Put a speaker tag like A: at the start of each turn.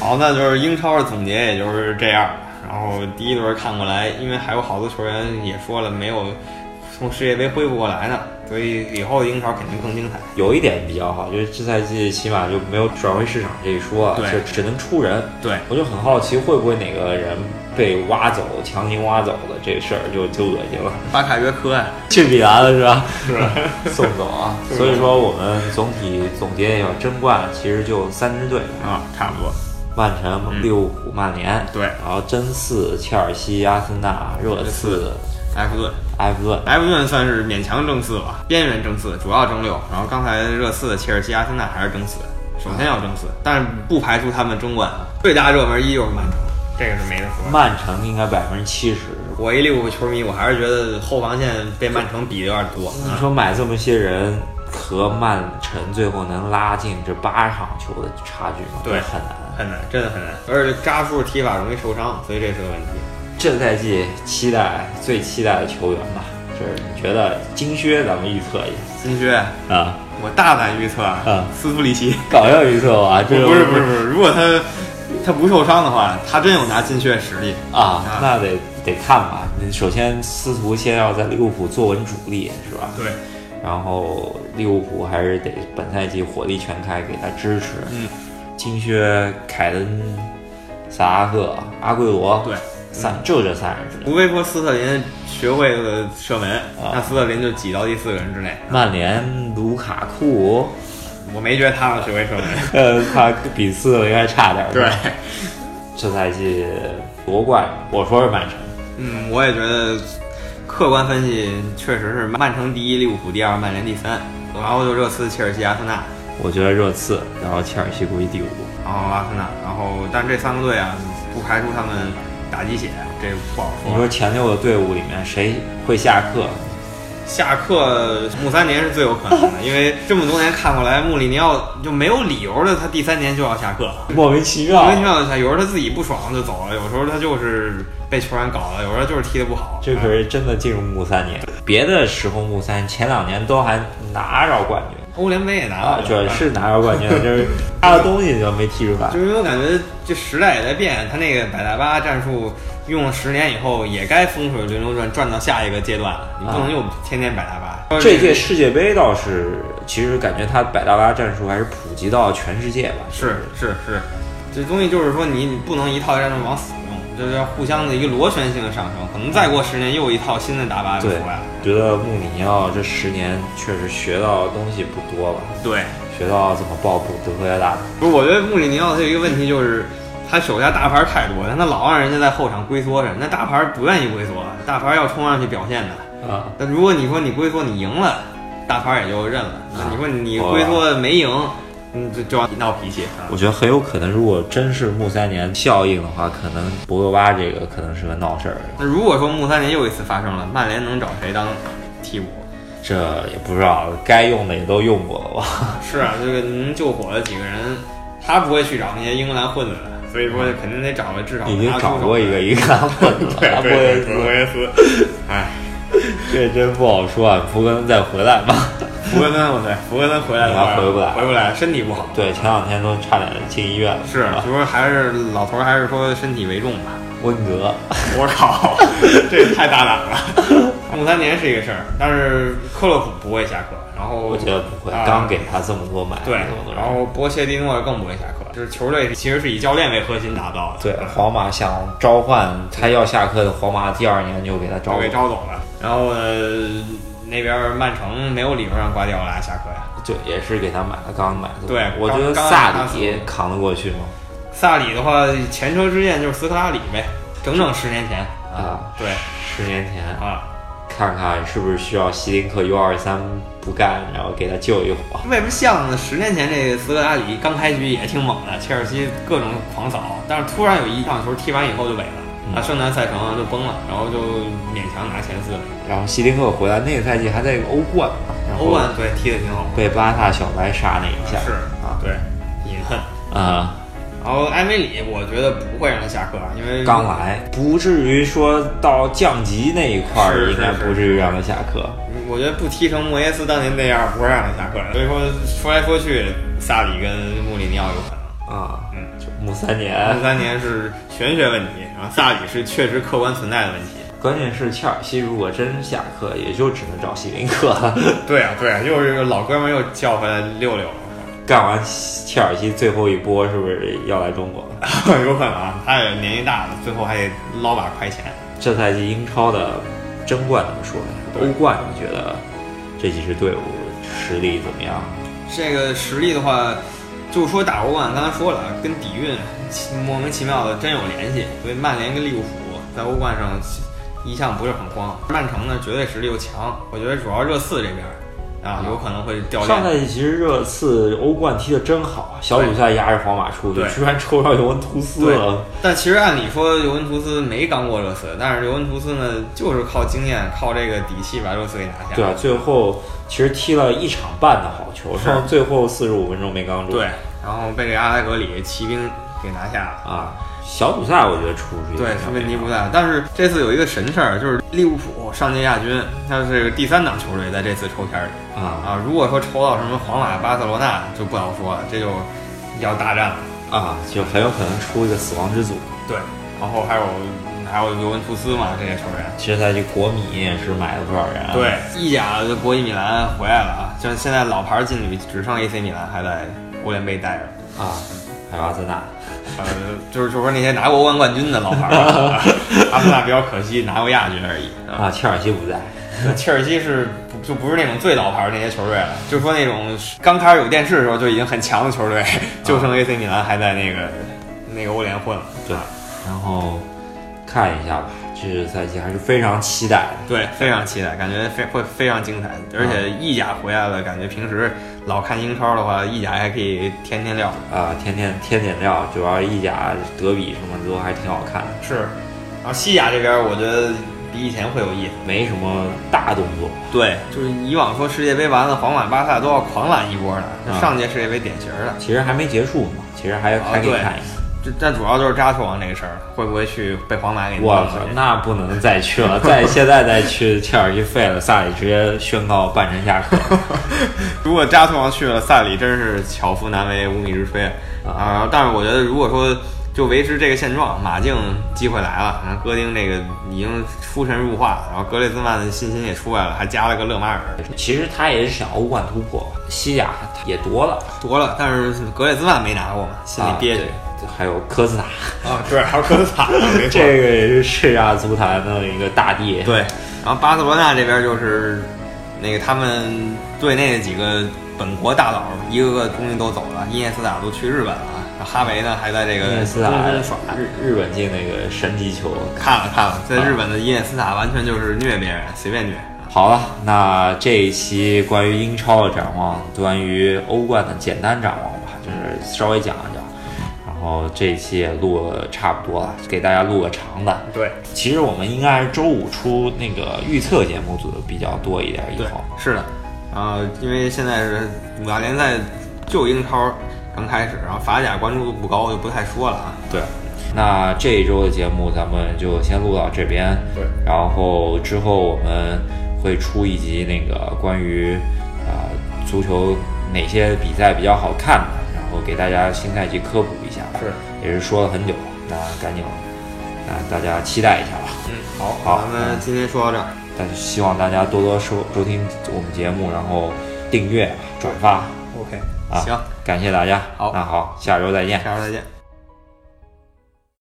A: 好，那就是英超的总结，也就是这样。然后第一轮看过来，因为还有好多球员也说了没有从世界杯恢复过来呢，所以以后英超肯定更精彩。
B: 有一点比较好，就是这赛季起码就没有转会市场这一说啊，
A: 对
B: 就只能出人。
A: 对，
B: 我就很好奇，会不会哪个人被挖走、强行挖走的这事儿就就恶心 了，
A: 巴卡约科呀，
B: 去米兰了是吧？
A: 是吧？
B: 送走啊！ 所以说我们总体总结一下，争冠其实就三支队：
A: 啊，差不多。
B: 曼城、利物浦、曼联。
A: 嗯对
B: 然后真四、切尔西、阿森纳、热刺、
A: 埃弗顿，
B: 埃弗顿。
A: 埃弗顿算是勉强争四吧，边缘争四，主要争六。然后刚才热刺、切尔西、阿森纳还是争四，首先要争四，但是不排除他们争冠啊。最大热门依旧是曼城，这个是没得说。
B: 曼城应该百分之七十。
A: 我一利物浦球迷，我还是觉得后防线被曼城比的有点多。
B: 你说买这么些人和曼城最后能拉近这八场球的差距吗？
A: 对
B: 很难。
A: 很难，真的很难。而且扎叔踢法容易受伤，所以这是个问题。
B: 这赛季期待最期待的球员吧，就是你觉得金靴，咱们预测一
A: 金靴，
B: 下啊，
A: 我大胆预测啊
B: 嗯
A: 斯图里奇。
B: 搞笑预测吧，
A: 不
B: 这啊
A: 是不是不是不是，如果他他不受伤的话，他真有拿金靴实力。
B: 啊
A: 啊，
B: 那得得看吧。你首先司徒先要在利物浦坐稳主力，是吧？
A: 对，
B: 然后利物浦还是得本赛季火力全开，给他支持。
A: 嗯，
B: 金靴、凯恩、萨拉赫、阿圭罗，
A: 对，嗯
B: 三就这三人之内。
A: 除非说斯特林学会了射门，
B: 啊
A: 那斯特林就挤到第四个人之内。
B: 曼联卢卡库，
A: 我没觉得他能学会射门。
B: 呃，他比斯特林还差点。
A: 对，，
B: 这赛季夺冠，我说是曼城。
A: 嗯，我也觉得，客观分析确实是曼城第一，利物浦第二，曼联第三，然后就热刺、切尔西、阿森纳，
B: 我觉得热刺，然后切尔西估计第五。
A: 然后阿森纳，然后但这三个队啊，不排除他们打鸡血，这不好
B: 你
A: 说。
B: 说前六个队伍里面谁会下课？
A: 下课穆三年是最有可能的，因为这么多年看过来，穆里尼奥就没有理由的，他第三年就要下课。
B: 莫名其
A: 莫
B: 妙
A: 名其妙的下，有时候他自己不爽就走了，有时候他就是被球员搞了，有时候就是踢得不好。
B: 这可是真的进入穆三年，别的时候穆三前两年都还拿着冠军
A: 欧联杯也拿
B: 啊
A: 了，，
B: 这是拿着冠军， 就是他的东西就没踢出来
A: 就。是因为我感觉这时代也在变，他那个百大巴战术用了十年以后，也该风水轮流转，转到下一个阶段了。你不能又天天百大巴。
B: 啊这届世界杯倒是，其实感觉他百大巴战术还是普及到全世界吧。
A: 是是是，这东西就是说你你不能一套战术往死用，这是互相的一个螺旋性的上升。可能再过十年又一套新的打法就
B: 对
A: 出来了。，
B: 觉得穆里尼奥这十年确实学到的东西不多吧，
A: 对，
B: 学到怎么报复德赫亚大
A: 不是，我觉得穆里尼奥他有一个问题就是。他手下大牌太多，但他老让人家在后场龟缩着，那大牌不愿意龟缩，大牌要冲上去表现的。
B: 啊，
A: 那如果你说你龟缩你赢了，大牌也就认了；那你说你龟缩没赢，嗯，就就要闹脾气啊。
B: 我觉得很有可能，如果真是穆三年效应的话，可能博格巴这个可能是个闹事儿。
A: 那如果说穆三年又一次发生了，曼联能找谁当替补？
B: 这也不知道，该用的也都用过了吧？
A: 是啊，这个能救火的几个人，他不会去找那些英格兰混子的，所以说肯定得找个至少
B: 已经
A: 拿出
B: 找
A: 手
B: 过一个
A: 来。
B: 一个混子
A: 啊对
B: 了，
A: 对对，
B: 不会
A: 博耶斯，哎，
B: 这真不好说啊。福格恩再回来吧。
A: 福格森，我对，福格森回来的话
B: 他回不来
A: 回不来，身体不好。
B: 对，前两天都差点进医院了。
A: 是，就说还是老头儿还是说身体为重吧。
B: 温格，
A: 我靠， 这也太大胆了！穆三年是一个事儿，但是克洛普不会下课，然后
B: 我觉得不会，
A: 啊
B: 刚给他这么多买，
A: 对
B: 这么多，人
A: 然后波切蒂诺更不会下课，就是球队其实是以教练为核心打造的，
B: 对皇马想召唤他要下课的皇马，第二年就给他
A: 都
B: 招
A: 给招走了。然后呢，那边曼城没有理由让瓜迪奥拉下课呀，
B: 就也是给他买了，刚买的。
A: 对
B: 我觉得
A: 刚刚
B: 萨
A: 刚
B: 里扛得过去吗？
A: 萨里的话前车之鉴就是斯科拉里呗，整整十年前
B: 啊，
A: 嗯对
B: 十年前
A: 啊，
B: 看看是不是需要希林克 U 二三不干，然后给他救一火。
A: 为什么像呢？十年前这个斯科拉里刚开局也挺猛的，切尔西各种狂扫，但是突然有一场球踢完以后就萎了，啊，圣诞赛程就崩了，然后就勉强拿前四了。
B: 然后希林克回来那个赛季还在欧冠嘛，然后
A: 欧冠对踢得挺好，
B: 被巴萨小白杀那一下，
A: 是
B: 啊
A: 对，隐恨。
B: 啊、
A: 然后埃梅里，我觉得不会让他下课，啊因为
B: 刚来，不至于说到降级那一块
A: 是
B: 儿，
A: 是
B: 应该
A: 是
B: 不至于让他下课。
A: 我觉得不踢成莫耶斯当年那样，不会让他下课。所以说说来说去，萨里跟穆里尼奥有可能。
B: 啊，
A: 嗯，
B: 五三
A: 零
B: 年，
A: 三年是玄学问题，然后萨里是确实客观存在的问题。
B: 关键是切尔西如果真下课，也就只能找希林克了。
A: 对啊，对啊，又是老哥们儿又叫回来溜溜了，
B: 干完切尔西最后一波，是不是要来中国了？
A: 有可能啊，他也年纪大了，最后还得捞把快钱。
B: 这赛季英超的争冠怎么说呢？
A: 对
B: 欧冠你觉得这几支队伍实力怎么样？
A: 这个实力的话，就是说打欧冠，刚才说了，啊跟底蕴其莫名其妙的真有联系。所以曼联跟利物浦在欧冠上一向不是很慌，曼城呢绝对实力又强，我觉得主要热刺这边啊有可能会掉
B: 上
A: 链。
B: 赛季其实热刺欧冠踢得真好，啊小组赛压着皇马出去，
A: 对
B: 居然抽上尤文图斯
A: 对
B: 了。，
A: 但其实按理说尤文图斯没刚过热刺，但是尤文图斯呢就是靠经验、靠这个底气把热刺给拿下。
B: 对啊，最后其实踢了一场半的好球，
A: 是
B: 然后最后四十五分钟没刚住。
A: 对，然后被这个阿莱格里骑兵给拿下了。
B: 啊，小组赛我觉得出出去
A: 对，是问题
B: 啊
A: 不大。但是这次有一个神事儿，就是利物浦上届亚军，它是这个第三档球队在这次抽签里
B: 啊
A: 啊。如果说抽到什么皇马、巴塞罗那，就不好说了，这就要大战了。
B: 啊，就很有可能出一个死亡之组。
A: 对，然后还有还有尤文图斯嘛，这些球员。
B: 其实赛季国米也是买了不少人啊，
A: 对，意甲的国际米兰回来了啊，就是现在老牌劲旅只剩 AC 米兰还在欧联杯待着。
B: 啊，还有阿森纳，
A: 呃，就是就说那些拿过欧冠冠军的老牌儿 啊，阿森纳比较可惜拿过亚军而已啊
B: 啊，切尔西不在，
A: 切尔西是不就不是那种最老牌儿那些球队了，就说那种刚开始有电视的时候就已经很强的球队，就剩 AC 米兰还在那个那个欧联混了。
B: 对，然后看一下吧，这赛季还是非常期待的。
A: 对，非常期待，感觉非会非常精彩，而且意甲回来了，感觉平时老看英超的话，意甲还可以天天聊。
B: 啊，天天天天料，主要意甲、德比什么的都还挺好看的，
A: 是，然后西甲这边我觉得比以前会有意思。
B: 没什么大动作。
A: 对，就是以往说世界杯完了，皇马、巴萨都要狂揽一波呢，
B: 啊
A: 这上届世界杯典型的。
B: 其实还没结束嘛，其实还还可以
A: 哦对
B: 看一下。
A: 这但主要就是扎球王这个事儿，会不会去被皇马给
B: 我
A: 弄
B: 靠
A: 回去，
B: 那不能再去了，再现在再去切尔西废了，萨里直接宣告半程下课。
A: 如果扎托王去了，萨里真是巧妇难为无米之炊啊、但是我觉得，如果说就维持这个现状，马竞机会来了，然后戈丁这个已经出神入化，然后格列兹曼的信心也出来了，还加了个勒马尔，
B: 其实他也是想欧冠突破，西甲他也夺了，
A: 夺了，但是格列兹曼没拿过嘛，心里憋屈
B: 啊。对还有科斯塔，
A: 啊，对，还有科斯塔，没
B: 这个也是世亚足坛的一个大帝。
A: 对，然后巴塞罗那这边就是那个他们队内的几个本国大佬，一个个终于都走了，伊涅斯塔都去日本了，然后哈维呢还在这个
B: 伊涅斯
A: 中
B: 塔
A: 锋耍。
B: 日日本进那个神级球。
A: 看了看了，在日本的伊涅斯塔完全就是虐别人，随便虐。啊
B: 好了，那这一期关于英超的展望，关于欧冠的简单展望吧，就是稍微讲一讲。然后这一期也录了差不多了，给大家录个长的。
A: 对
B: 其实我们应该是周五出那个预测节目组的比较多一点，以
A: 对
B: 后，
A: 是的。然后因为现在是五大联赛就英超刚开始，然后法甲关注度不高，我就不太说了啊。
B: 对，那这一周的节目咱们就先录到这边。
A: 对，
B: 然后之后我们会出一集那个关于呃足球哪些比赛比较好看的，然后给大家新赛季科普一下吧。
A: 是，
B: 也是说了很久，那赶紧，那大家期待一下吧。
A: 嗯，好，
B: 好
A: 咱们今天说到这儿，
B: 但是希望大家多多收收听我们节目，然后订阅、转发
A: OK，
B: 啊。
A: 行，，
B: 感谢大家。
A: 好
B: 那好，下周再见。
A: 下周再见。